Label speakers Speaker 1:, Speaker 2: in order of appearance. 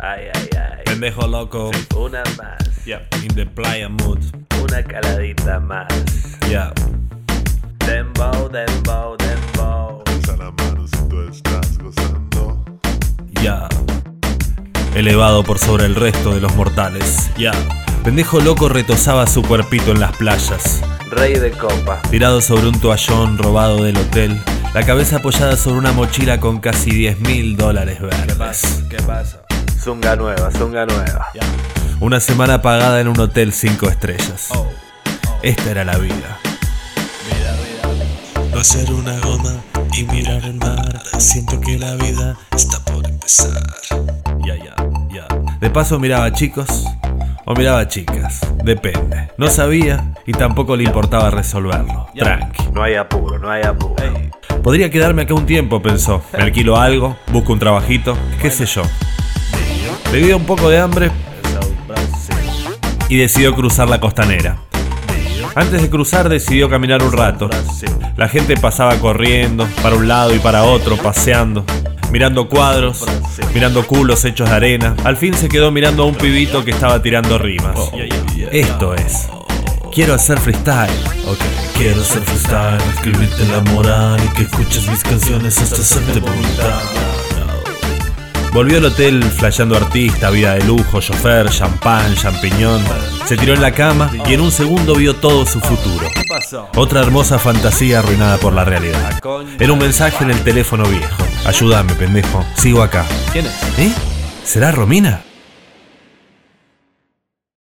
Speaker 1: Ay, ay, ay.
Speaker 2: Pendejo loco.
Speaker 1: Una más.
Speaker 2: Yeah. In the playa mood.
Speaker 1: Una caladita más.
Speaker 2: Yeah.
Speaker 1: Dembow, dembow, dembow.
Speaker 3: Alza la mano si tú estás gozando.
Speaker 2: Ya. Elevado por sobre el resto de los mortales. Ya. Pendejo loco retosaba su cuerpito en las playas.
Speaker 1: Rey de copa.
Speaker 2: Tirado sobre un toallón robado del hotel. La cabeza apoyada sobre una mochila con casi 10 mil dólares verdes.
Speaker 1: ¿Qué pasa? Zunga nueva, zunga nueva.
Speaker 2: Ya. Una semana pagada en un hotel 5 estrellas.
Speaker 4: Oh,
Speaker 2: Esta era la vida.
Speaker 4: No hacer una goma y mirar el mar. Siento que la vida está por empezar.
Speaker 2: Ya, ya, ya. De paso miraba chicos o miraba chicas. Depende. No sabía y tampoco le importaba resolverlo. Tranqui.
Speaker 1: No hay apuro, no hay apuro.
Speaker 2: Podría quedarme acá un tiempo, pensó. Me alquilo algo, busco un trabajito, qué sé yo. Bebía un poco de hambre y decidió cruzar la costanera. Antes de cruzar decidió caminar un rato. La gente pasaba corriendo, para un lado y para otro, paseando, mirando cuadros, mirando culos hechos de arena. Al fin se quedó mirando a un pibito que estaba tirando rimas. Esto es. Quiero hacer freestyle.
Speaker 4: Ok, quiero ser freestyle, escribirte la moral y que escuches mis canciones hasta hacerte vomitar.
Speaker 2: Volvió al hotel flasheando artista, vida de lujo, chofer, champán, champiñón. Se tiró en la cama y en un segundo vio todo su futuro.
Speaker 1: pasó?
Speaker 2: Otra hermosa fantasía arruinada por la realidad. Era un mensaje en el teléfono viejo. Ayúdame, pendejo. Sigo acá.
Speaker 1: ¿Quién es?
Speaker 2: ¿Eh? ¿Será Romina?